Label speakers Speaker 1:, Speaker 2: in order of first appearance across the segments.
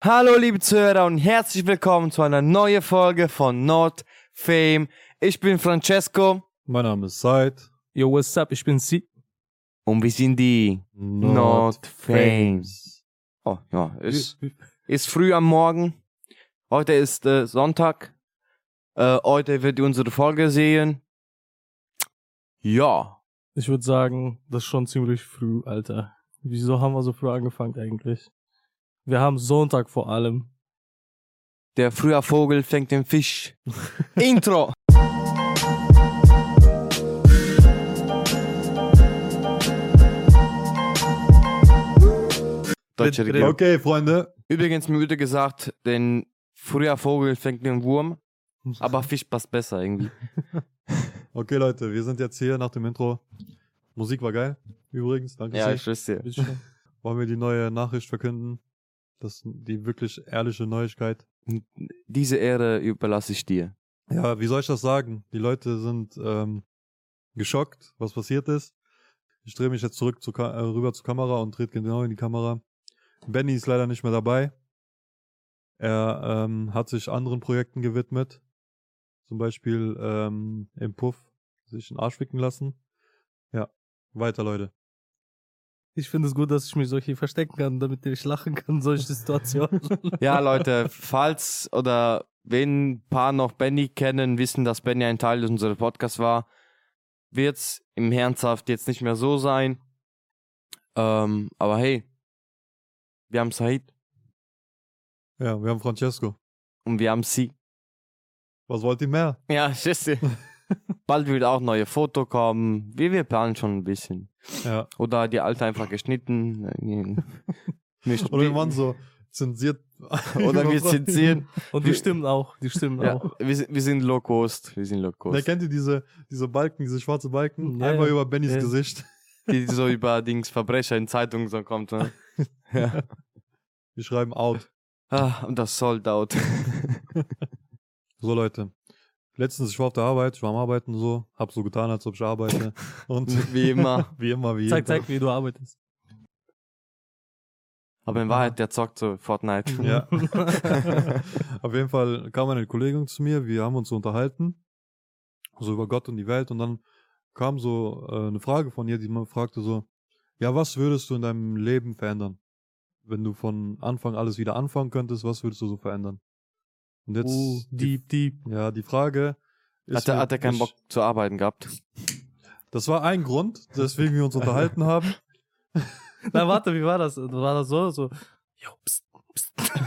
Speaker 1: Hallo liebe Zuhörer und herzlich willkommen zu einer neuen Folge von Not Fame. Ich bin Francesco
Speaker 2: Mein Name ist Said.
Speaker 3: Yo, what's up? Ich bin Sie.
Speaker 1: und wir sind die
Speaker 2: Not,
Speaker 1: Not, Fame. Oh ja, ist, ist früh am Morgen. Heute ist äh, Sonntag. Äh, heute wird unsere Folge sehen. Ja,
Speaker 3: Ich würde sagen, das ist schon ziemlich früh, Alter. Wieso haben wir so früh angefangen eigentlich? Wir haben Sonntag vor allem.
Speaker 1: der frühe Vogel fängt den Fisch. Intro. Deutsche
Speaker 3: Mit-
Speaker 1: Regierung.
Speaker 2: Okay, Freunde.
Speaker 1: Übrigens, mir wurde gesagt, denn früher Vogel fängt den Wurm, aber Fisch passt besser irgendwie.
Speaker 2: Okay, Leute, wir sind jetzt hier nach dem Intro. Musik war geil. Übrigens, danke
Speaker 1: Ja,
Speaker 2: sehr.
Speaker 1: ich wüsste.
Speaker 3: Bitteschön.
Speaker 2: Wollen wir die neue Nachricht verkünden? Das die wirklich ehrliche Neuigkeit.
Speaker 1: Diese Ehre überlasse ich dir.
Speaker 2: Ja, wie soll ich das sagen? Die Leute sind ähm, geschockt, was passiert ist. Ich drehe mich jetzt zurück zu, Ka- äh, rüber zur Kamera und dreht genau in die Kamera. Benny ist leider nicht mehr dabei. Er ähm, hat sich anderen Projekten gewidmet. Zum Beispiel ähm, im Puff sich einen Arsch wicken lassen. Ja, weiter, Leute.
Speaker 3: Ich finde es gut, dass ich mich so hier verstecken kann, damit ich lachen kann in solchen Situationen.
Speaker 1: Ja, Leute, falls oder wenn ein paar noch Benny kennen, wissen, dass Benny ein Teil unseres Podcasts war, wird's im Ernsthaft jetzt nicht mehr so sein. Ähm, aber hey, wir haben Said
Speaker 2: Ja, wir haben Francesco.
Speaker 1: und wir haben sie.
Speaker 2: Was wollt ihr mehr?
Speaker 1: Ja, ich wüsste. Bald wird auch neue Foto kommen. Wir, wir planen schon ein bisschen.
Speaker 2: Ja.
Speaker 1: Oder die alte einfach geschnitten. Nicht
Speaker 2: Oder wir machen so zensiert.
Speaker 1: Oder wir zensieren.
Speaker 3: Und die stimmen auch, die
Speaker 2: Genau.
Speaker 3: stimmen
Speaker 1: Ja,
Speaker 3: auch.
Speaker 1: wir, sind- wir sind low cost. Wir sind low
Speaker 2: Na,
Speaker 1: cost.
Speaker 2: kennt ihr diese, diese Balken, diese schwarze Balken?
Speaker 3: Ja,
Speaker 2: Einmal
Speaker 3: ja.
Speaker 2: über Bennys
Speaker 3: Ja.
Speaker 2: Gesicht.
Speaker 1: Die so über Dings Verbrecher in Zeitungen so kommt. Ne?
Speaker 2: Wir schreiben out.
Speaker 1: Ah, und das Sold out.
Speaker 2: So, Leute. Letztens, ich war auf der Arbeit, ich war am Arbeiten so, hab so getan, als ob ich arbeite. Und
Speaker 1: Wie immer.
Speaker 2: wie immer, wie
Speaker 3: Zeig,
Speaker 2: jeden
Speaker 3: zeig, wie du arbeitest.
Speaker 1: Aber in Wahrheit, der zockt so Fortnite.
Speaker 2: Tag. Ja. auf jeden Fall kam eine Kollegin zu mir, wir haben uns so unterhalten. So über Gott und die Welt. Und dann kam so äh, eine Frage von ihr, die man fragte so, ja, was würdest du in deinem Leben verändern? Wenn du von Anfang alles wieder anfangen könntest, was würdest du so verändern? Und jetzt
Speaker 3: Uh,
Speaker 2: die
Speaker 3: deep, deep.
Speaker 2: Ja, die Frage ist.
Speaker 1: Hat er,
Speaker 2: mir-
Speaker 1: hat er keinen
Speaker 2: ich-
Speaker 1: Bock zu arbeiten gehabt?
Speaker 2: Das war ein Grund, weswegen wir uns unterhalten haben.
Speaker 3: Na, warte, wie war das? War das so? so? Jo, pst, pst.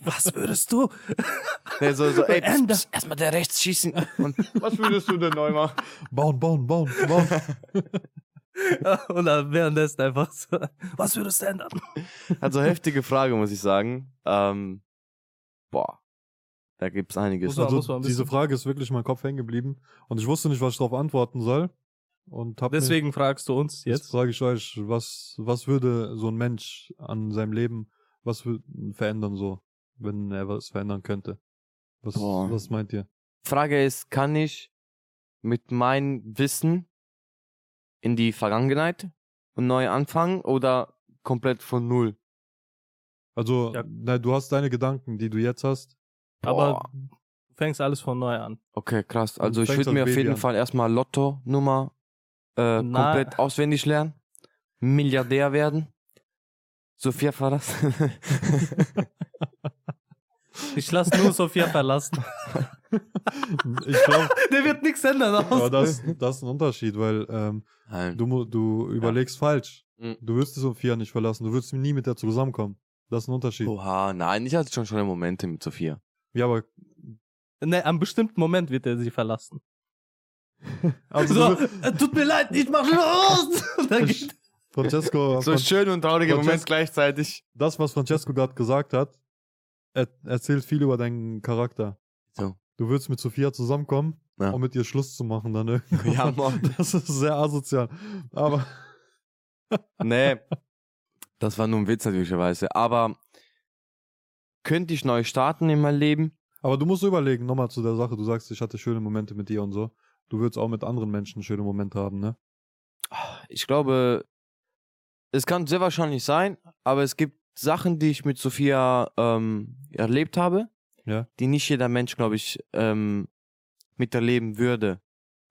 Speaker 3: Was würdest du?
Speaker 1: Nee, so, so, ey, pst,
Speaker 3: Änder-
Speaker 1: pst, erstmal der rechts schießen. Und was würdest du denn neu machen?
Speaker 2: Bauen, bauen, bauen, bauen.
Speaker 3: Und dann währenddessen einfach so. Was würdest du ändern?
Speaker 1: Also heftige Frage, muss ich sagen. Ähm, boah. Da gibt's einiges.
Speaker 3: Muss man- muss
Speaker 2: Also,
Speaker 3: man ein
Speaker 2: diese
Speaker 3: bisschen-
Speaker 2: Frage ist wirklich in meinem Kopf hängen geblieben. Und ich wusste nicht, was ich darauf antworten soll. Und hab mir,
Speaker 3: Deswegen fragst du uns
Speaker 2: jetzt
Speaker 3: jetzt.
Speaker 2: frage ich euch, was, was würde so ein Mensch an seinem Leben, was wür- verändern so, wenn er was verändern könnte? Was,
Speaker 1: Boah.
Speaker 2: was meint ihr?
Speaker 1: Frage ist, kann ich mit meinem Wissen in die Vergangenheit und neu anfangen oder komplett von null?
Speaker 2: Also,
Speaker 3: Ja.
Speaker 2: na, du hast deine Gedanken, die du jetzt hast.
Speaker 3: Aber du fängst alles von neu an.
Speaker 1: Okay, krass. Also
Speaker 2: Und
Speaker 1: ich
Speaker 2: fängst
Speaker 1: würde
Speaker 2: als
Speaker 1: mir auf
Speaker 2: Baby
Speaker 1: jeden
Speaker 2: an.
Speaker 1: Fall erstmal Lotto-Nummer äh,
Speaker 3: Na-
Speaker 1: komplett auswendig lernen, Milliardär werden. Sophia Faras.
Speaker 3: Ich lass nur Sophia verlassen.
Speaker 2: Ich glaube,
Speaker 3: Der wird nichts ändern.
Speaker 2: aber das, das ist ein Unterschied, weil ähm,
Speaker 1: Nein.
Speaker 2: Du, mu- du überlegst falsch.
Speaker 1: Mhm.
Speaker 2: Du würdest die Sophia nicht verlassen. Du würdest nie mit der zusammenkommen. Das ist ein Unterschied.
Speaker 1: Oha, nein, ich hatte schon schöne Momente mit Sophia.
Speaker 2: Ja, aber.
Speaker 3: Ne, am bestimmten Moment wird er sie verlassen.
Speaker 2: Also,
Speaker 3: so,
Speaker 2: du,
Speaker 3: äh, tut mir leid, ich mach los. Und dann geht,
Speaker 2: Francesco,
Speaker 1: So
Speaker 2: Fran-
Speaker 1: schön und traurige
Speaker 2: Moment
Speaker 1: Momente gleichzeitig.
Speaker 2: das, was Francesco
Speaker 1: Mhm.
Speaker 2: gerade gesagt hat, er, erzählt viel über deinen Charakter.
Speaker 1: So.
Speaker 2: Du würdest mit Sophia zusammenkommen,
Speaker 1: Ja.
Speaker 2: um mit ihr Schluss zu machen dann. irgendwann.
Speaker 1: Ja, Mann.
Speaker 2: Das ist sehr asozial. Aber
Speaker 1: Nee. Das war nur ein Witz natürlicherweise. Aber könnte ich neu starten in meinem Leben?
Speaker 2: Aber du musst so überlegen, nochmal zu der Sache, du sagst, ich hatte schöne Momente mit dir und so. Du würdest auch mit anderen Menschen schöne Momente haben, ne?
Speaker 1: Ich glaube, es kann sehr wahrscheinlich sein, aber es gibt Sachen, die ich mit Sophia ähm, erlebt habe,
Speaker 2: Ja.
Speaker 1: die nicht jeder Mensch, glaube ich, ähm, miterleben würde.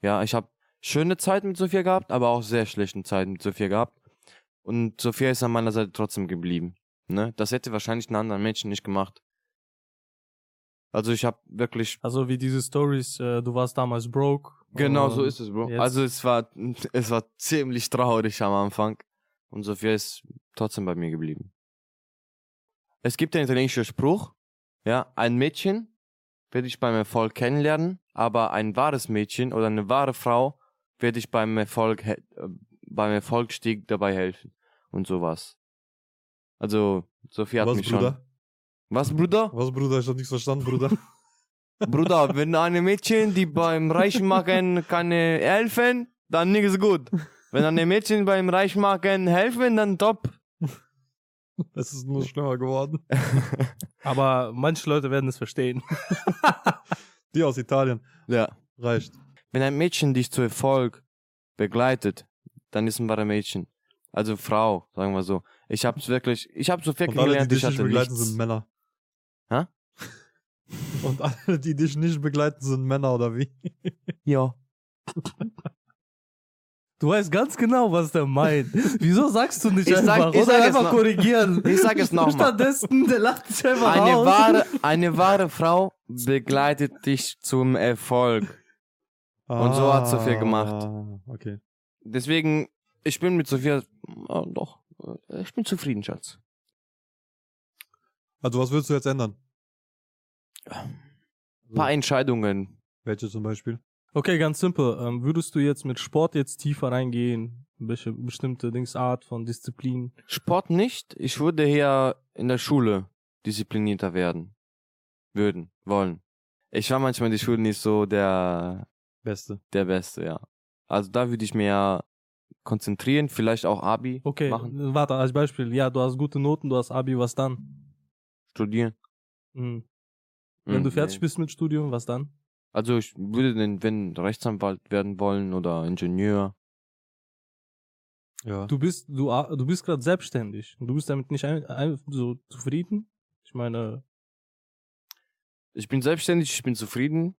Speaker 1: Ja, ich habe schöne Zeiten mit Sophia gehabt, aber auch sehr schlechten Zeiten mit Sophia gehabt. Und Sophia ist an meiner Seite trotzdem geblieben. Ne? Das hätte wahrscheinlich einen anderen Menschen nicht gemacht. Also ich habe wirklich
Speaker 3: Also wie diese Stories, äh, du warst damals broke.
Speaker 1: Genau,
Speaker 3: und
Speaker 1: so ist es, Bro.
Speaker 3: jetzt-
Speaker 1: Also es war, es war ziemlich traurig am Anfang. Und Sophia ist trotzdem bei mir geblieben. Es gibt den italienischen Spruch, ja, ein Mädchen werde ich beim Erfolg kennenlernen, aber ein wahres Mädchen oder eine wahre Frau werde ich beim Erfolg, he- äh, beim Erfolgsstieg dabei helfen. Und sowas. Also, Sophia hat
Speaker 2: Was,
Speaker 1: mich schon.
Speaker 2: Bruder?
Speaker 1: Was, Bruder?
Speaker 2: Was, Bruder? Ich hab nichts verstanden, Bruder.
Speaker 1: Bruder, wenn eine Mädchen, die beim Reichen machen keine helfen, dann nix gut. Wenn eine Mädchen beim Reich machen helfen, dann top.
Speaker 2: Es ist nur schlimmer geworden.
Speaker 3: Aber manche Leute werden es verstehen.
Speaker 2: Die aus Italien.
Speaker 1: Ja.
Speaker 2: Reicht.
Speaker 1: Wenn ein Mädchen dich zu Erfolg begleitet, dann ist ein wahrer Mädchen. Also Frau, sagen wir so. Ich hab's wirklich, ich hab's so viel
Speaker 2: Und alle, die
Speaker 1: gelernt,
Speaker 2: dich
Speaker 1: ich
Speaker 2: nicht
Speaker 1: hatte
Speaker 2: begleiten,
Speaker 1: nichts.
Speaker 2: sind Männer.
Speaker 1: Hä?
Speaker 2: Und alle, die dich nicht begleiten, sind Männer, oder wie?
Speaker 1: Ja.
Speaker 3: Du weißt ganz genau, was der meint. Wieso sagst du nicht
Speaker 1: Ich sag-
Speaker 3: einfach
Speaker 1: ich
Speaker 3: oder
Speaker 1: sag jetzt
Speaker 3: einfach
Speaker 1: noch-
Speaker 3: korrigieren?
Speaker 1: Ich sag es nochmal.
Speaker 3: Stattdessen, der lacht sich einfach
Speaker 1: Eine
Speaker 3: aus.
Speaker 1: wahre, eine wahre Frau begleitet dich zum Erfolg. Und so hat Sophia gemacht.
Speaker 2: Ah, Okay.
Speaker 1: Deswegen, ich bin mit Sophia, ah, doch, äh, ich bin zufrieden, Schatz.
Speaker 2: Also, was würdest du jetzt ändern?
Speaker 1: Ein paar Entscheidungen.
Speaker 2: Welche zum Beispiel?
Speaker 3: Okay, ganz simpel. Ähm, würdest du jetzt mit Sport jetzt tiefer reingehen? Welche bestimmte Dingsart von Disziplin?
Speaker 1: Sport nicht. Ich würde hier in der Schule disziplinierter werden. Würden, wollen. Ich war manchmal in der Schule nicht so der,
Speaker 2: Beste.
Speaker 1: der Beste, ja. Also da würde ich mir konzentrieren, vielleicht auch Abi
Speaker 3: Okay,
Speaker 1: machen,
Speaker 3: warte, als Beispiel. Ja, du hast gute Noten, du hast Abi, was dann?
Speaker 1: studieren.
Speaker 3: Hm. Wenn
Speaker 1: Hm,
Speaker 3: du fertig
Speaker 1: nee.
Speaker 3: bist mit Studium, was dann?
Speaker 1: Also ich würde denn, wenn Rechtsanwalt werden wollen oder Ingenieur.
Speaker 2: Ja.
Speaker 3: Du bist, du, ar- du bist gerade selbstständig. Du bist damit nicht ein, ein, so zufrieden? Ich meine,
Speaker 1: Ich bin selbstständig, ich bin zufrieden.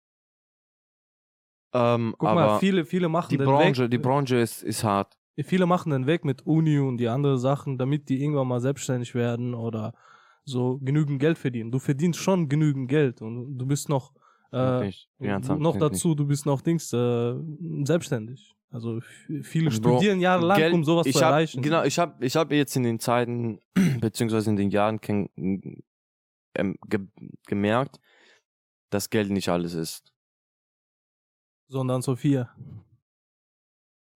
Speaker 1: Ähm,
Speaker 3: guck
Speaker 1: aber
Speaker 3: mal, viele, viele machen
Speaker 1: die
Speaker 3: den
Speaker 1: Branche,
Speaker 3: Weg.
Speaker 1: die Branche ist, ist hart.
Speaker 3: viele machen den Weg mit Uni und die anderen Sachen, damit die irgendwann mal selbstständig werden oder so genügend Geld verdienen. Du verdienst schon genügend Geld und du bist noch, äh,
Speaker 1: Nicht. Finanzamt
Speaker 3: noch
Speaker 1: nicht.
Speaker 3: dazu, du bist noch Dings, äh, selbstständig. Also f- viele
Speaker 1: Bro,
Speaker 3: studieren jahrelang,
Speaker 1: Geld-
Speaker 3: um sowas
Speaker 1: ich
Speaker 3: zu
Speaker 1: hab,
Speaker 3: erreichen.
Speaker 1: Genau, ich habe ich hab jetzt in den Zeiten, beziehungsweise in den Jahren ken- ähm, ge gemerkt, dass Geld nicht alles ist.
Speaker 3: Sondern Sophia.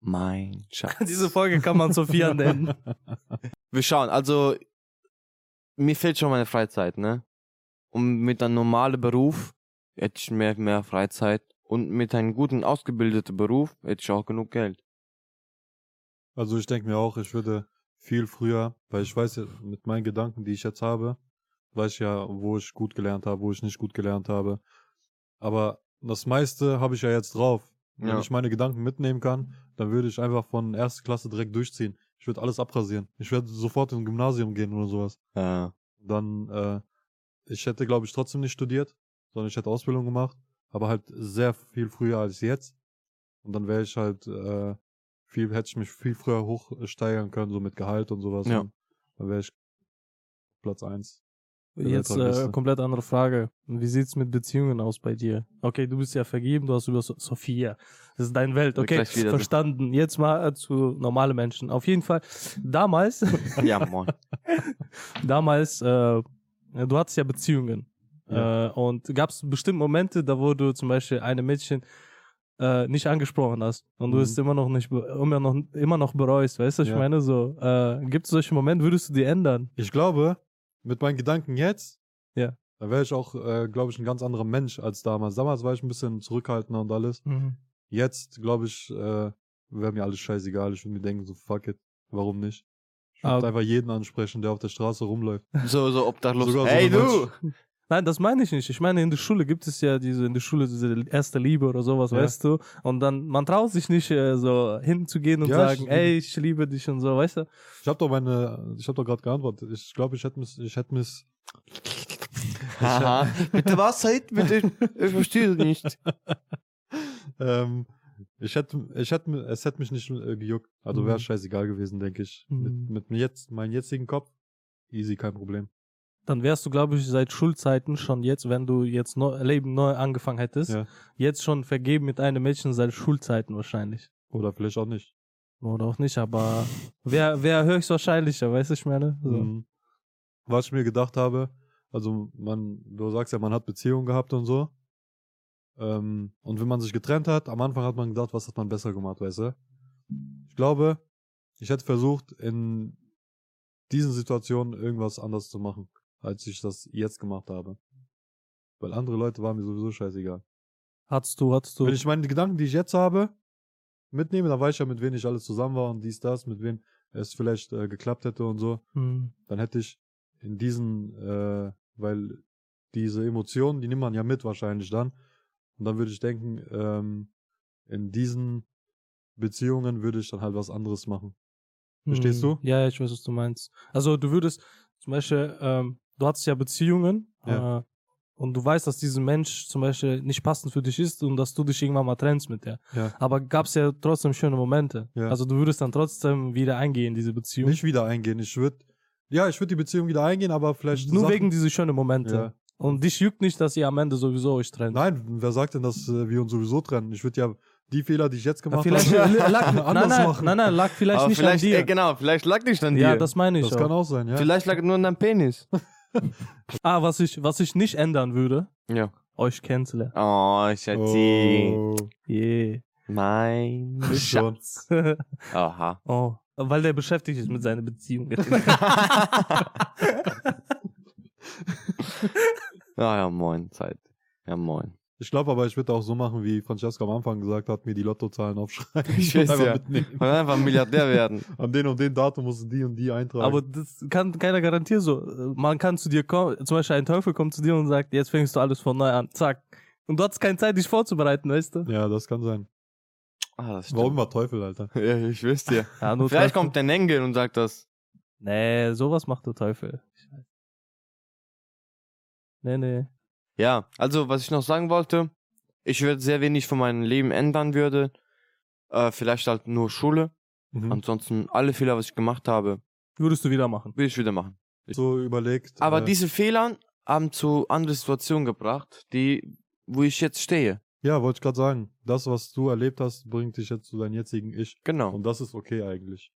Speaker 1: Mein Schatz.
Speaker 3: Diese Folge kann man Sophia nennen.
Speaker 1: Wir schauen, also mir fehlt schon meine Freizeit, ne? Und mit einem normalen Beruf hätte ich mehr, mehr Freizeit. Und mit einem guten, ausgebildeten Beruf hätte ich auch genug Geld.
Speaker 2: Also ich denke mir auch, ich würde viel früher, weil ich weiß ja, mit meinen Gedanken, die ich jetzt habe, weiß ich ja, wo ich gut gelernt habe, wo ich nicht gut gelernt habe. Aber das meiste habe ich ja jetzt drauf. Wenn
Speaker 1: Ja.
Speaker 2: ich meine Gedanken mitnehmen kann, dann würde ich einfach von erster Klasse direkt durchziehen. Ich würde alles abrasieren. Ich werde sofort ins Gymnasium gehen oder sowas.
Speaker 1: Ja.
Speaker 2: Dann, äh, ich hätte, glaube ich, trotzdem nicht studiert, sondern ich hätte Ausbildung gemacht, aber halt sehr viel früher als jetzt. Und dann wäre ich halt, äh, viel, hätte ich mich viel früher hochsteigern können, so mit Gehalt und sowas.
Speaker 1: Ja.
Speaker 2: Und Dann wäre ich Platz eins.
Speaker 3: Jetzt äh, komplett andere Frage. Wie sieht's mit Beziehungen aus bei dir? Okay, du bist ja vergeben, du hast über so Sophia. Das ist dein Welt,
Speaker 1: Wird
Speaker 3: okay?
Speaker 1: gleich wieder so.
Speaker 3: Verstanden. Jetzt mal äh, zu normalen Menschen. Auf jeden Fall, damals,
Speaker 1: Ja, moin.
Speaker 3: damals, äh, du hattest ja Beziehungen.
Speaker 2: Ja.
Speaker 3: Äh, und gab's bestimmt Momente, da wo du zum Beispiel eine Mädchen äh, nicht angesprochen hast und du
Speaker 2: Mhm.
Speaker 3: es immer noch nicht be- immer noch immer noch bereust, weißt du, was
Speaker 2: Ja.
Speaker 3: ich meine so äh, gibt es solche Momente, würdest du die ändern?
Speaker 2: Ich glaube, mit meinen Gedanken jetzt,
Speaker 3: Ja.
Speaker 2: dann wäre ich auch, äh, glaube ich, ein ganz anderer Mensch als damals. Damals war ich ein bisschen zurückhaltender und alles. Jetzt, glaube ich, äh, wäre mir alles scheißegal. Ich würde mir denken, so fuck it, warum nicht? Ich würde
Speaker 3: Ah.
Speaker 2: einfach jeden ansprechen, der auf der Straße rumläuft.
Speaker 1: So, so obdachlos.
Speaker 2: Sogar so
Speaker 1: hey,
Speaker 2: eine
Speaker 1: du!
Speaker 3: Nein, das meine ich nicht. Ich meine, in der Schule gibt es ja diese, in der Schule diese erste Liebe oder sowas,
Speaker 2: Ja.
Speaker 3: weißt du? Und dann, man traut sich nicht, äh, so hinzugehen und
Speaker 2: Ja,
Speaker 3: sagen,
Speaker 2: ich-
Speaker 3: ey, ich liebe dich und so, weißt du?
Speaker 2: Ich habe doch meine, ich habe doch gerade geantwortet. Ich glaube, ich hätte mich, ich hätte mich,
Speaker 1: Haha. Bitte was, Said? Bitte, ich verstehe nicht.
Speaker 2: ähm, ich hätte, ich hätte, mi- es hätte mich nicht äh, gejuckt. Also wäre
Speaker 3: Mhm.
Speaker 2: scheißegal gewesen, denke ich.
Speaker 3: Mhm.
Speaker 2: Mit, mit jetzt, meinem jetzigen Kopf, easy, kein Problem.
Speaker 3: Dann wärst du, glaube ich, seit Schulzeiten schon jetzt, wenn du jetzt neu, Leben neu angefangen hättest,
Speaker 2: Ja.
Speaker 3: jetzt schon vergeben mit einem Mädchen seit Schulzeiten wahrscheinlich.
Speaker 2: Oder vielleicht auch nicht.
Speaker 3: Oder auch nicht, aber wer, wer höchstwahrscheinlicher, weißt du, ich meine? So.
Speaker 2: Mhm. Was ich mir gedacht habe, also man, du sagst ja, man hat Beziehungen gehabt und so. Ähm, und wenn man sich getrennt hat, am Anfang hat man gedacht, was hat man besser gemacht, weißt du? Ich glaube, ich hätte versucht, in diesen Situationen irgendwas anders zu machen, als ich das jetzt gemacht habe. Weil andere Leute waren mir sowieso scheißegal.
Speaker 3: Hattest du, hattest du.
Speaker 2: Wenn ich meine Gedanken, die ich jetzt habe, mitnehme, dann weiß ich ja, mit wem ich alles zusammen war und dies, das, mit wem es vielleicht äh, geklappt hätte und so
Speaker 3: Mhm.
Speaker 2: dann hätte ich in diesen, äh, weil diese Emotionen, die nimmt man ja mit wahrscheinlich dann. Und dann würde ich denken, ähm, in diesen Beziehungen würde ich dann halt was anderes machen. Verstehst
Speaker 3: Mhm.
Speaker 2: du?
Speaker 3: Ja, ich weiß, was du meinst. Also du würdest zum Beispiel, ähm, du hattest ja Beziehungen
Speaker 2: Ja.
Speaker 3: Äh, und du weißt, dass dieser Mensch zum Beispiel nicht passend für dich ist und dass du dich irgendwann mal trennst mit der.
Speaker 2: Ja.
Speaker 3: Aber gab es ja trotzdem schöne Momente.
Speaker 2: Ja.
Speaker 3: Also du würdest dann trotzdem wieder eingehen, diese Beziehung.
Speaker 2: Nicht wieder eingehen. Ich würde, ja, ich würde die Beziehung wieder eingehen, aber vielleicht.
Speaker 3: Nur
Speaker 2: Sachen-
Speaker 3: wegen dieser schönen Momente.
Speaker 2: Ja.
Speaker 3: Und dich juckt nicht, dass ihr am Ende sowieso euch trennt.
Speaker 2: Nein, wer sagt denn, dass äh, wir uns sowieso trennen? Ich würde ja die Fehler, die ich jetzt
Speaker 3: Ja,
Speaker 2: gemacht
Speaker 3: vielleicht
Speaker 2: habe,
Speaker 3: äh, lag, nein,
Speaker 2: Anders
Speaker 3: nein,
Speaker 2: machen.
Speaker 3: nein, nein, lag vielleicht
Speaker 1: Aber
Speaker 3: nicht
Speaker 1: vielleicht,
Speaker 3: an dir.
Speaker 1: äh, genau, vielleicht lag nicht an
Speaker 3: ja,
Speaker 1: dir.
Speaker 3: das meine ich
Speaker 2: das kann
Speaker 3: auch.
Speaker 2: auch sein, ja.
Speaker 1: Vielleicht lag nur an deinem Penis.
Speaker 3: Ah, was ich, was ich nicht ändern würde,
Speaker 1: ja.
Speaker 3: euch kennenzulernen.
Speaker 1: Oh, Schatzi.
Speaker 2: Oh,
Speaker 3: Yeah.
Speaker 1: Mein
Speaker 2: ich schon.
Speaker 1: Schatz. Aha.
Speaker 3: Oh, weil der beschäftigt ist mit seiner Beziehung.
Speaker 1: Ja, ja, moin, Zeit. Ja, moin.
Speaker 2: Ich glaube aber, ich würde auch so machen, wie Francesca am Anfang gesagt hat, mir die Lottozahlen aufschreiben.
Speaker 1: Ich
Speaker 2: und
Speaker 1: weiß
Speaker 2: einfach
Speaker 1: ja.
Speaker 2: mitnehmen.
Speaker 1: Wollen einfach Milliardär werden.
Speaker 2: An den und den Datum musst du die und die eintragen.
Speaker 3: Aber das kann keiner garantieren so. Man kann zu dir kommen, zum Beispiel ein Teufel kommt zu dir und sagt, jetzt fängst du alles von neu an. Zack. Und du hattest keine Zeit, dich vorzubereiten, weißt du?
Speaker 2: ja, das kann sein.
Speaker 1: Ah, das
Speaker 2: Warum
Speaker 1: stimmt.
Speaker 2: war Teufel, Alter?
Speaker 1: Ja, ich wüsste ja.
Speaker 3: Ja, nur
Speaker 1: Vielleicht
Speaker 3: Teufel-
Speaker 1: kommt der Engel und sagt das.
Speaker 3: Nee, sowas macht der Teufel. Nee, nee.
Speaker 1: Ja, also was ich noch sagen wollte, ich würde sehr wenig von meinem Leben ändern würde. Äh, vielleicht halt nur Schule.
Speaker 2: Mhm.
Speaker 1: Ansonsten alle Fehler, was ich gemacht habe,
Speaker 3: Würdest du wieder machen.
Speaker 1: will ich wieder machen.
Speaker 2: So überlegt.
Speaker 1: Aber
Speaker 2: äh,
Speaker 1: diese Fehler haben zu anderen Situationen gebracht, die, wo ich jetzt stehe.
Speaker 2: Ja, wollte ich gerade sagen. Das, was du erlebt hast, bringt dich jetzt zu deinem jetzigen Ich.
Speaker 1: Genau.
Speaker 2: Und das ist okay eigentlich.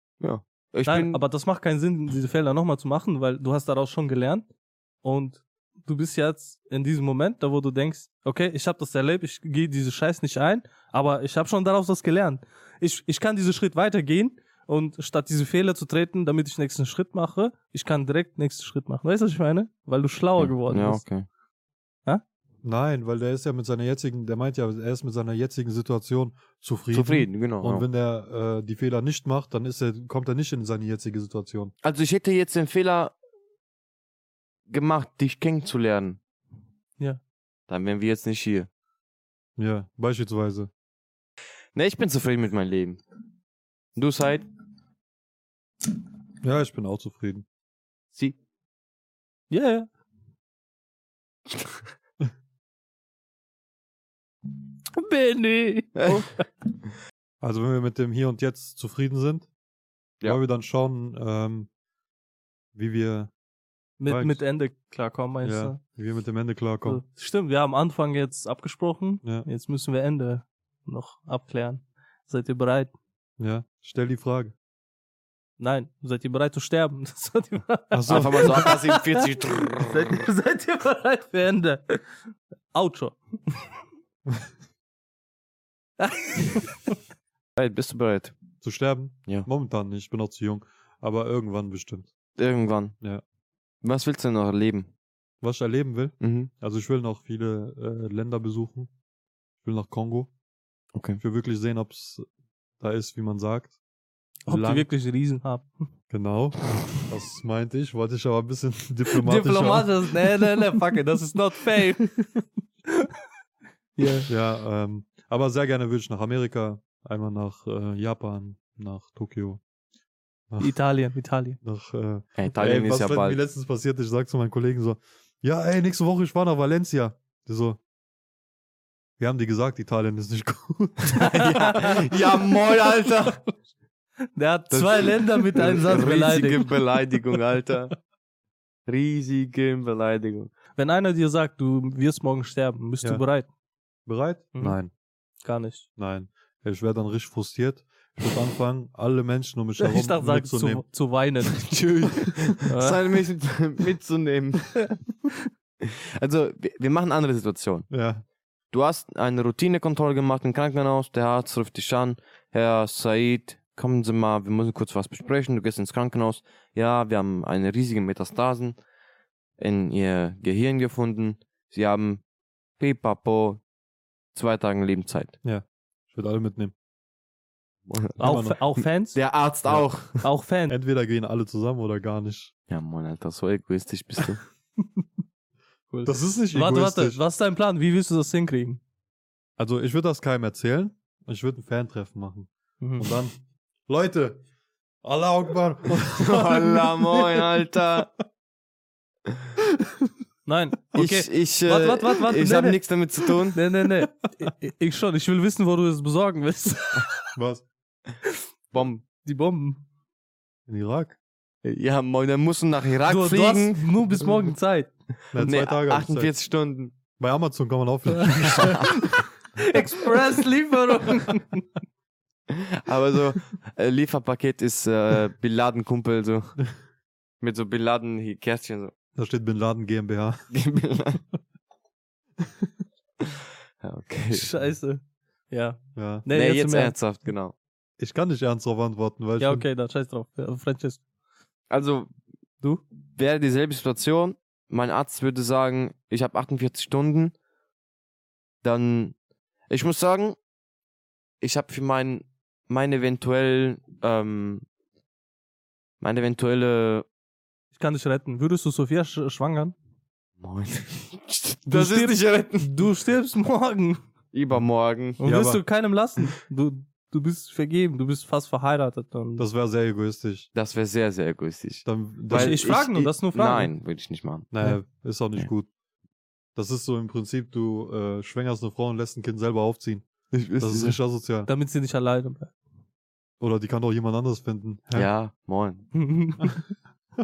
Speaker 1: Ich
Speaker 3: Nein,
Speaker 1: bin,
Speaker 3: aber das macht keinen Sinn, diese Fehler nochmal zu machen, weil du hast daraus schon gelernt und du bist jetzt in diesem Moment, da wo du denkst, okay, ich habe das erlebt, ich gehe diese Scheiß nicht ein, aber ich habe schon daraus was gelernt. Ich, ich kann diesen Schritt weitergehen und statt diese Fehler zu treten, damit ich nächsten Schritt mache, ich kann direkt nächsten Schritt machen. Weißt du, was ich meine? Weil du schlauer geworden
Speaker 1: ja,
Speaker 3: bist.
Speaker 1: okay.
Speaker 2: Nein, weil der ist ja mit seiner jetzigen, der meint ja, er ist mit seiner jetzigen Situation zufrieden.
Speaker 1: Zufrieden, genau.
Speaker 2: Und
Speaker 1: ja.
Speaker 2: wenn der äh, die Fehler nicht macht, dann ist er, kommt er nicht in seine jetzige Situation.
Speaker 1: Also ich hätte jetzt den Fehler gemacht, dich kennenzulernen.
Speaker 3: Ja.
Speaker 1: Dann wären wir jetzt nicht hier.
Speaker 2: Ja, beispielsweise.
Speaker 1: Ne, ich bin zufrieden mit meinem Leben. Du seid
Speaker 2: Ja, ich bin auch zufrieden.
Speaker 1: sie.
Speaker 3: Ja, ja. Benny.
Speaker 2: Also wenn wir mit dem Hier und Jetzt zufrieden sind,
Speaker 1: Ja.
Speaker 2: wollen wir dann schauen, ähm, wie wir,
Speaker 3: Mit,
Speaker 2: Weiß.
Speaker 3: mit Ende klarkommen, meinst
Speaker 2: ja,
Speaker 3: du?
Speaker 2: wie wir mit dem Ende klarkommen.
Speaker 3: So, Stimmt, wir haben Anfang jetzt abgesprochen.
Speaker 2: Ja.
Speaker 3: Jetzt müssen wir Ende noch abklären. Seid ihr bereit?
Speaker 2: Ja, stell die Frage.
Speaker 3: Nein, seid ihr bereit zu sterben? seid, ihr bereit?
Speaker 2: Achso,
Speaker 1: Einfach mal so ab 47.
Speaker 3: seid, ihr, seid ihr bereit für Ende? Outro.
Speaker 1: Hey, bist du bereit?
Speaker 2: zu sterben?
Speaker 1: Ja.
Speaker 2: Momentan nicht, ich bin noch zu jung. Aber irgendwann bestimmt.
Speaker 1: Irgendwann.
Speaker 2: Ja.
Speaker 1: Was willst du denn noch erleben?
Speaker 2: Was ich erleben will,
Speaker 1: Mhm.
Speaker 2: also ich will noch viele äh, Länder besuchen. Ich will nach Kongo.
Speaker 1: Okay.
Speaker 2: Ich will wirklich sehen, ob es da ist, wie man sagt.
Speaker 3: Ob
Speaker 2: Lang-
Speaker 3: die wirklich Riesen haben.
Speaker 2: Genau. Das meinte ich, wollte ich aber ein bisschen diplomatisch.
Speaker 1: Diplomatisch, ne, ne, ne, fuck it, das ist not fame.
Speaker 2: Ja, ähm, aber sehr gerne würde ich nach Amerika, einmal nach äh, Japan, nach Tokio,
Speaker 3: Italien, Italien.
Speaker 2: nach äh,
Speaker 1: Ey, Italien
Speaker 2: ey,
Speaker 1: ist ja
Speaker 2: Was mir
Speaker 1: bald.
Speaker 2: letztens passiert ist, ich sag zu meinen Kollegen so, ja, ey, nächste Woche, ich war nach Valencia. Die so, wir haben dir gesagt, Italien ist nicht gut.
Speaker 1: ja, ja, moin, Alter.
Speaker 3: Der hat
Speaker 1: Das-
Speaker 3: zwei Länder mit einem Satz beleidigt.
Speaker 1: Riesige Beleidigung, Alter. Riesige Beleidigung.
Speaker 3: Wenn einer dir sagt, du wirst morgen sterben, bist
Speaker 2: Ja.
Speaker 3: du bereit?
Speaker 2: Bereit?
Speaker 3: Mhm.
Speaker 2: Nein,
Speaker 3: Gar nicht.
Speaker 2: nein. Ich werde dann richtig frustriert. Ich würde anfangen, alle Menschen um mich herum
Speaker 3: ich dachte, sagst
Speaker 2: mitzunehmen.
Speaker 3: zu, zu weinen. Äh,
Speaker 1: Sein mit, mitzunehmen. Also, wir, wir machen eine andere Situation.
Speaker 2: Ja,
Speaker 1: Du hast eine Routinekontrolle gemacht im Krankenhaus, der Arzt ruft dich an, Herr Said, kommen Sie mal, wir müssen kurz was besprechen, du gehst ins Krankenhaus, ja, wir haben eine riesige Metastasen in Ihr Gehirn gefunden, Sie haben pipapo, zwei Tage Lebenszeit.
Speaker 2: ich würde alle mitnehmen.
Speaker 3: auch,
Speaker 2: Immer noch.
Speaker 3: auch Fans?
Speaker 1: Der Arzt
Speaker 2: Ja.
Speaker 1: auch.
Speaker 3: Auch Fans.
Speaker 2: Entweder gehen alle zusammen oder gar nicht.
Speaker 1: Ja, Mann, Alter, so egoistisch bist du.
Speaker 2: Das ist nicht
Speaker 3: Warte, warte,
Speaker 2: egoistisch.
Speaker 3: was ist dein Plan? Wie willst du das hinkriegen?
Speaker 2: Also ich würde das keinem erzählen. Ich würde ein Fantreffen machen.
Speaker 3: Mhm.
Speaker 2: Und dann, Leute, Allah Akbar.
Speaker 1: Holla, moin, Alter.
Speaker 3: Nein, okay.
Speaker 1: Ich, ich, äh,
Speaker 3: Warte, warte, warte, warte,
Speaker 1: ich
Speaker 3: nee,
Speaker 1: habe
Speaker 3: nee.
Speaker 1: nichts damit zu tun.
Speaker 3: nee, nee, nee. Ich, ich schon. Ich will wissen, wo du es besorgen willst.
Speaker 2: Was?
Speaker 1: Bomben.
Speaker 3: Die Bomben.
Speaker 2: In Irak?
Speaker 1: Ja, moin, dann musst du nach Irak
Speaker 3: Du, du
Speaker 1: fliegen.
Speaker 3: hast nur bis morgen Zeit.
Speaker 2: Na, zwei
Speaker 1: Nee,
Speaker 2: Tage. hab ich Zeit.
Speaker 1: 48 Stunden.
Speaker 2: Bei Amazon kann man auch
Speaker 3: Express-Lieferung.
Speaker 1: Aber so, äh, Lieferpaket ist äh, Bin Laden Kumpel, so. Mit so Bin Laden hier, Kärtchen, so.
Speaker 2: Da steht Bin Laden GmbH.
Speaker 1: Bin Laden. ja, okay.
Speaker 3: Scheiße. Ja.
Speaker 2: Ja.
Speaker 1: Nee,
Speaker 3: im
Speaker 1: jetzt
Speaker 3: Ernst.
Speaker 1: ernsthaft, genau.
Speaker 2: Ich kann nicht ernst darauf antworten, weil
Speaker 3: Ja,
Speaker 2: ich bin-
Speaker 3: okay, dann scheiß drauf. Ja, Francesco.
Speaker 1: Also,
Speaker 3: Du?
Speaker 1: Wäre dieselbe Situation. Mein Arzt würde sagen, ich habe 48 Stunden. Dann, ich muss sagen, ich habe für mein, mein eventuell, ähm, meine eventuelle
Speaker 3: Ich kann dich retten. Würdest du Sophia sch schwangern?
Speaker 1: Moin.
Speaker 3: Du
Speaker 1: Das ist
Speaker 3: stirbst-
Speaker 1: nicht retten.
Speaker 3: Du stirbst morgen.
Speaker 1: Übermorgen.
Speaker 3: Und
Speaker 2: Ja,
Speaker 3: wirst
Speaker 2: aber-
Speaker 3: du keinem lassen. Du, du bist vergeben. Du bist fast verheiratet. Und
Speaker 2: das wäre sehr egoistisch.
Speaker 1: Das wäre sehr, sehr egoistisch.
Speaker 2: Dann, das,
Speaker 3: Weil- ich frage nur, das ist nur Fragen.
Speaker 1: Nein, würde ich nicht machen.
Speaker 2: naja, ist auch nicht
Speaker 1: Nee.
Speaker 2: gut. Das ist so im Prinzip, du äh, schwängerst eine Frau und lässt ein Kind selber aufziehen.
Speaker 1: Ich
Speaker 2: Das ist nicht asozial.
Speaker 3: damit sie nicht alleine bleibt.
Speaker 2: Oder die kann doch jemand anders finden. Hä?
Speaker 1: ja, moin.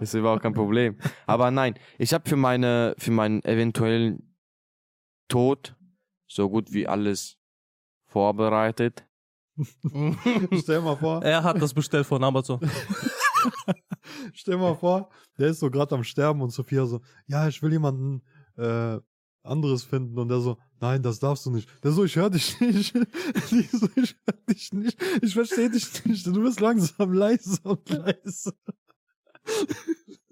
Speaker 1: Ist überhaupt kein Problem. Aber nein, ich habe für meine, für meinen eventuellen Tod so gut wie alles vorbereitet.
Speaker 2: Stell mal vor,
Speaker 3: er hat das bestellt von Amazon.
Speaker 2: stell mal vor, der ist so gerade am Sterben und Sophia so, ja, ich will jemanden äh, anderes finden. Und der so, nein, das darfst du nicht. Der so, ich höre dich nicht. Die so, ich höre dich nicht. Ich verstehe dich nicht. Du bist langsam leise und leise.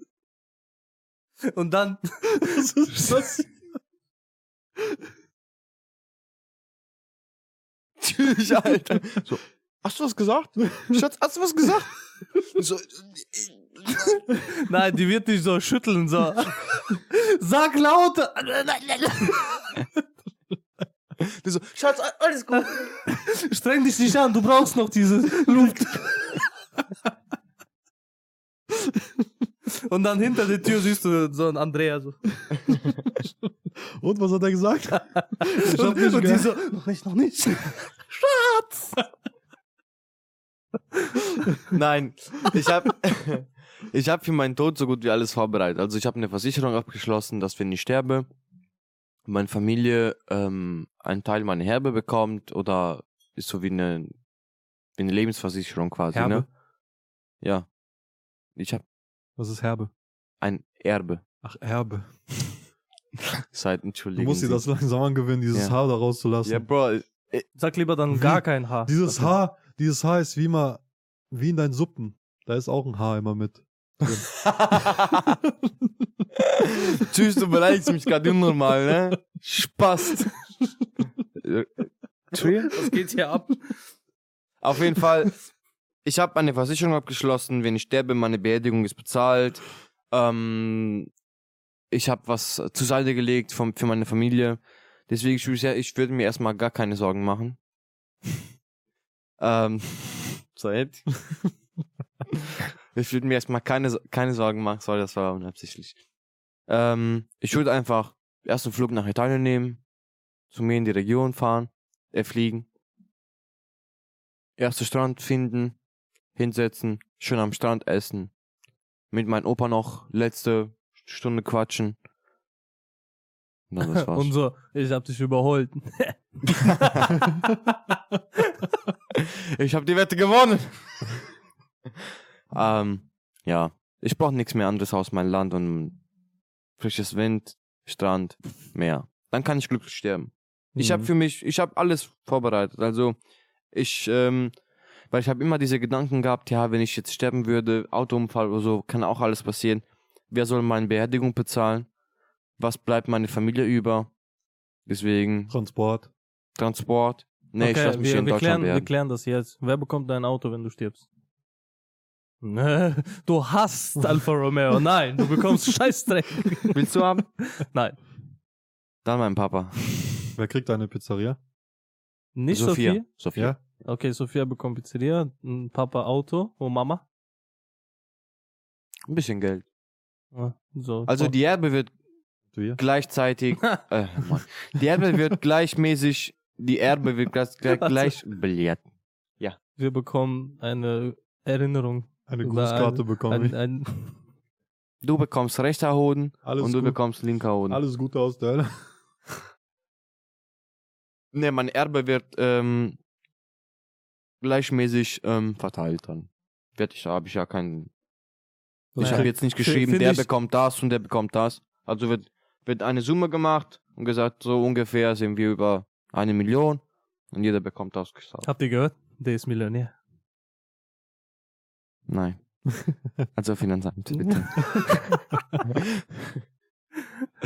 Speaker 3: Und dann,
Speaker 2: Was ist das?
Speaker 1: Tschüss, Alter. So, hast du was gesagt? Schatz, hast du was gesagt? So, äh,
Speaker 3: nein, die wird dich so schütteln, so. Sag lauter!
Speaker 1: äh, so Schatz, alles gut.
Speaker 3: Streng dich nicht an, du brauchst noch diese Luft. Und dann hinter der Tür siehst du so einen Andrea so.
Speaker 2: Und was hat er gesagt? Ich hab
Speaker 3: Und,
Speaker 2: nicht
Speaker 3: und die
Speaker 2: gehört.
Speaker 3: so, noch nicht, noch nicht.
Speaker 1: Nein, ich habe ich hab für meinen Tod so gut wie alles vorbereitet. Also ich habe eine Versicherung abgeschlossen, dass wenn ich sterbe, meine Familie ähm, einen Teil meiner Herbe bekommt oder ist so wie eine, wie eine Lebensversicherung quasi.
Speaker 2: Herbe?
Speaker 1: Ne? Ja, ich habe
Speaker 2: Was ist Herbe?
Speaker 1: ein Erbe.
Speaker 2: Ach, Erbe.
Speaker 1: Seit
Speaker 2: Du
Speaker 1: entschuldigen.
Speaker 2: musst dir
Speaker 1: Sie.
Speaker 2: das langsam angewöhnen, dieses
Speaker 1: Ja.
Speaker 2: Haar da rauszulassen.
Speaker 1: Ja, Bro, ich-
Speaker 3: Sag lieber dann gar kein Haar.
Speaker 2: Dieses Haar, dieses Haar ist wie immer, wie in deinen Suppen. Da ist auch ein Haar immer mit.
Speaker 1: Tschüss, du beleidigst mich gerade unnormal, ne? Spaß. Äh, Entschuldigung?
Speaker 3: Das geht hier ab.
Speaker 1: Auf jeden Fall, ich habe eine Versicherung abgeschlossen, wenn ich sterbe, meine Beerdigung ist bezahlt. Ähm, ich habe was zur Seite gelegt vom, für meine Familie. Deswegen, ich würde ich würd mir erstmal gar keine Sorgen machen. ähm, Zeit. ich würde mir erstmal keine, So- keine Sorgen machen. Sorry, das war unabsichtlich. Ähm, ich würde einfach erst einen Flug nach Italien nehmen, zu mir in die Region fahren, äh, fliegen, ersten Strand finden, hinsetzen, schön am Strand essen, mit meinem Opa noch letzte Stunde quatschen. Na, das war's.
Speaker 3: Und so, ich hab dich überholt.
Speaker 1: ich habe die Wette gewonnen. ähm, ja, ich brauche nichts mehr anderes aus meinem Land und frisches Wind, Strand, Meer. Dann kann ich glücklich sterben. Ich habe
Speaker 2: Mhm.
Speaker 1: für mich, ich habe alles vorbereitet. Also ich, ähm, weil ich habe immer diese Gedanken gehabt, ja, wenn ich jetzt sterben würde, Autounfall oder so, kann auch alles passieren. Wer soll meine Beerdigung bezahlen? Was bleibt meine Familie über? Deswegen
Speaker 2: Transport.
Speaker 1: Transport. Nee, ich lasse mich
Speaker 3: wir,
Speaker 1: hier in
Speaker 3: wir,
Speaker 1: Deutschland
Speaker 3: klären, wir
Speaker 1: beerdigen.
Speaker 3: klären das jetzt. Wer bekommt dein Auto, wenn du stirbst? Nö, Du hast Alfa Romeo. Nein, du bekommst Scheißdreck.
Speaker 1: Willst du haben?
Speaker 3: Nein,
Speaker 1: Dann mein Papa.
Speaker 2: Wer kriegt eine Pizzeria?
Speaker 3: nicht
Speaker 1: Sophia.
Speaker 3: Sophia.
Speaker 1: Sophia.
Speaker 2: Ja?
Speaker 3: Okay, Sophia bekommt Pizzeria, m, Papa Auto und Mama.
Speaker 1: Ein bisschen Geld.
Speaker 3: Ja, Ah, So.
Speaker 1: Also die Erbe wird
Speaker 2: Wir?
Speaker 1: gleichzeitig. äh, Mann. Die Erbe wird gleichmäßig. Die Erbe wird gleich. gleich, gleich billett.
Speaker 3: wir bekommen eine Erinnerung.
Speaker 2: Eine
Speaker 3: Über
Speaker 2: Grußkarte bekommen
Speaker 3: Ein,
Speaker 2: wir.
Speaker 3: ein,
Speaker 1: Du bekommst rechter Hoden
Speaker 2: Alles,
Speaker 1: und du
Speaker 2: gut,
Speaker 1: bekommst linker Hoden.
Speaker 2: alles Gute aus der Hölle.
Speaker 1: Ne, mein Erbe wird ähm, gleichmäßig ähm, verteilt dann. Fertig, da habe ich ja keinen. Ich
Speaker 3: Naja.
Speaker 1: habe jetzt nicht
Speaker 2: Fi-
Speaker 1: geschrieben,
Speaker 2: find
Speaker 1: der
Speaker 2: ich-
Speaker 1: bekommt das und der bekommt das. Also wird, wird eine Summe gemacht und gesagt, so ungefähr sind wir über eine Million und jeder bekommt das gesagt.
Speaker 3: habt ihr gehört? Der ist Millionär.
Speaker 1: Nein. Also Finanzamt, bitte.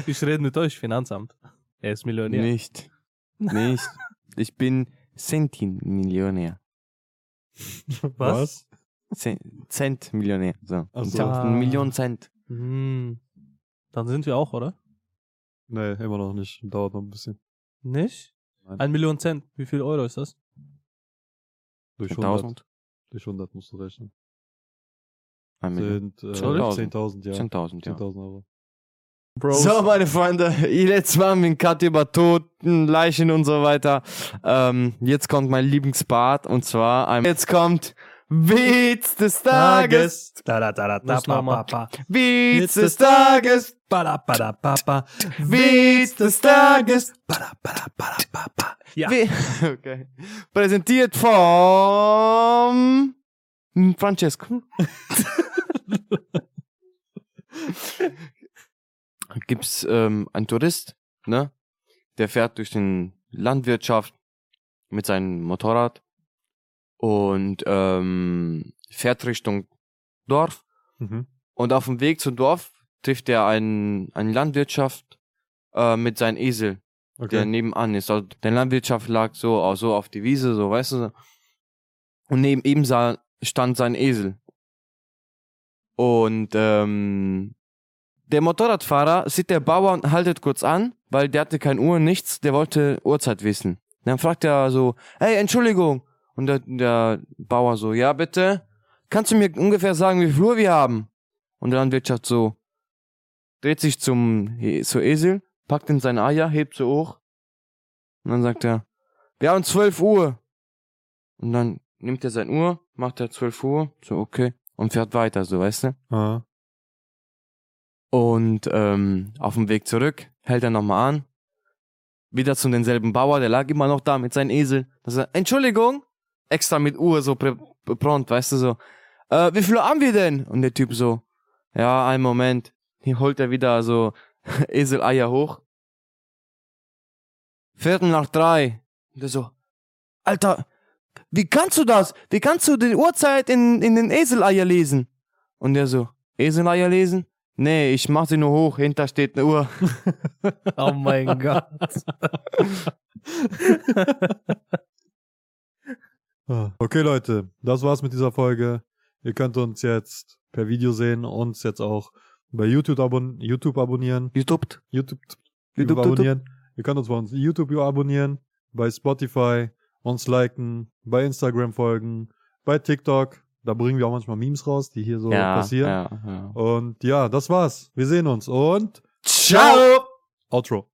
Speaker 3: Ich rede mit euch, Finanzamt. Er ist Millionär.
Speaker 1: Nicht. Nicht. Ich bin Centimillionär.
Speaker 3: Was?
Speaker 1: Cent- Centmillionär. So.
Speaker 2: Ach
Speaker 1: Ich
Speaker 2: so.
Speaker 1: habe eine Million Cent.
Speaker 3: Hm. Dann sind wir auch, oder?
Speaker 2: Nee, immer noch nicht. Dauert noch ein bisschen.
Speaker 3: Nicht?
Speaker 2: Nein.
Speaker 3: Ein Million Cent. Wie viel Euro ist das?
Speaker 2: Durch 100,
Speaker 1: 10.000.
Speaker 2: durch 100 musst du rechnen.
Speaker 1: Ein Million.
Speaker 2: Sind äh,
Speaker 1: Sorry?
Speaker 2: 10.000, ja. 10.000
Speaker 1: 10.000, ja.
Speaker 2: Euro.
Speaker 3: Bro.
Speaker 1: So, meine Freunde, jetzt waren wir ein Cut über Toten, Leichen und so weiter. Ähm, jetzt kommt mein Lieblingspart und zwar ein Jetzt kommt Witz des Tages.
Speaker 3: Tages. Da, da, da, da,
Speaker 1: Muss
Speaker 3: da,
Speaker 1: nochmal.
Speaker 3: pa, pa,
Speaker 1: Witz des Tages.
Speaker 3: pa, da, pa, da, pa, pa.
Speaker 1: Witz des Tages.
Speaker 3: Pa, da, pa, da, pa, da, pa, pa. Ja.
Speaker 1: Wie- Okay. Präsentiert vom Francesco. Gibt's ähm, einen Tourist, ne? Der fährt durch den Landwirtschaft mit seinem Motorrad und ähm, fährt Richtung Dorf
Speaker 2: Mhm.
Speaker 1: und auf dem Weg zum Dorf trifft er einen, einen Landwirtschaft äh, mit seinem Esel, der
Speaker 2: Okay.
Speaker 1: nebenan ist. Also der Landwirtschaft lag so, au- so auf die Wiese, so, weißt du. so. Und neben ihm sah, stand sein Esel. Und ähm, der Motorradfahrer sieht der Bauer und haltet kurz an, weil der hatte keine Uhr, nichts, der wollte Uhrzeit wissen. Dann fragt er so, hey, Entschuldigung. Und der, der Bauer so, ja bitte, kannst du mir ungefähr sagen, wie viel Uhr wir haben? Und der Landwirtschaft so, dreht sich zum, zur Esel, packt in seine Eier, hebt sie hoch. Und dann sagt er, wir haben 12 Uhr. Und dann nimmt er seine Uhr, macht er 12 Uhr, so okay, und fährt weiter, so weißt du.
Speaker 2: Ah,
Speaker 1: Und ähm, auf dem Weg zurück hält er nochmal an. Wieder zu denselben Bauer, der lag immer noch da mit seinem Esel. Da sagt er, Entschuldigung, extra mit Uhr so prä- prompt, weißt du so. Äh, wie viel Uhr haben wir denn? Und der Typ so, ja, einen Moment. Hier holt er wieder so Eseleier hoch. Viertel nach drei. Und der so, Alter, wie kannst du das? Wie kannst du die Uhrzeit in, in den Eseleier lesen? Und der so, Eseleier lesen? Nee, ich mach sie nur hoch, hinter steht eine Uhr.
Speaker 3: Oh mein Gott.
Speaker 2: Ah. Okay, Leute, das war's mit dieser Folge. Ihr könnt uns jetzt per Video sehen, uns jetzt auch bei YouTube, abon YouTube abonnieren,
Speaker 1: YouTube.
Speaker 2: YouTube,
Speaker 1: YouTube,
Speaker 2: abonnieren. Ihr könnt uns bei uns YouTube abonnieren, bei Spotify, uns liken, bei Instagram folgen, bei TikTok. Da bringen wir auch manchmal Memes raus, die hier so
Speaker 1: ja,
Speaker 2: passieren.
Speaker 1: ja, ja.
Speaker 2: Und ja, das war's. Wir sehen uns und
Speaker 1: Ciao!
Speaker 2: Outro.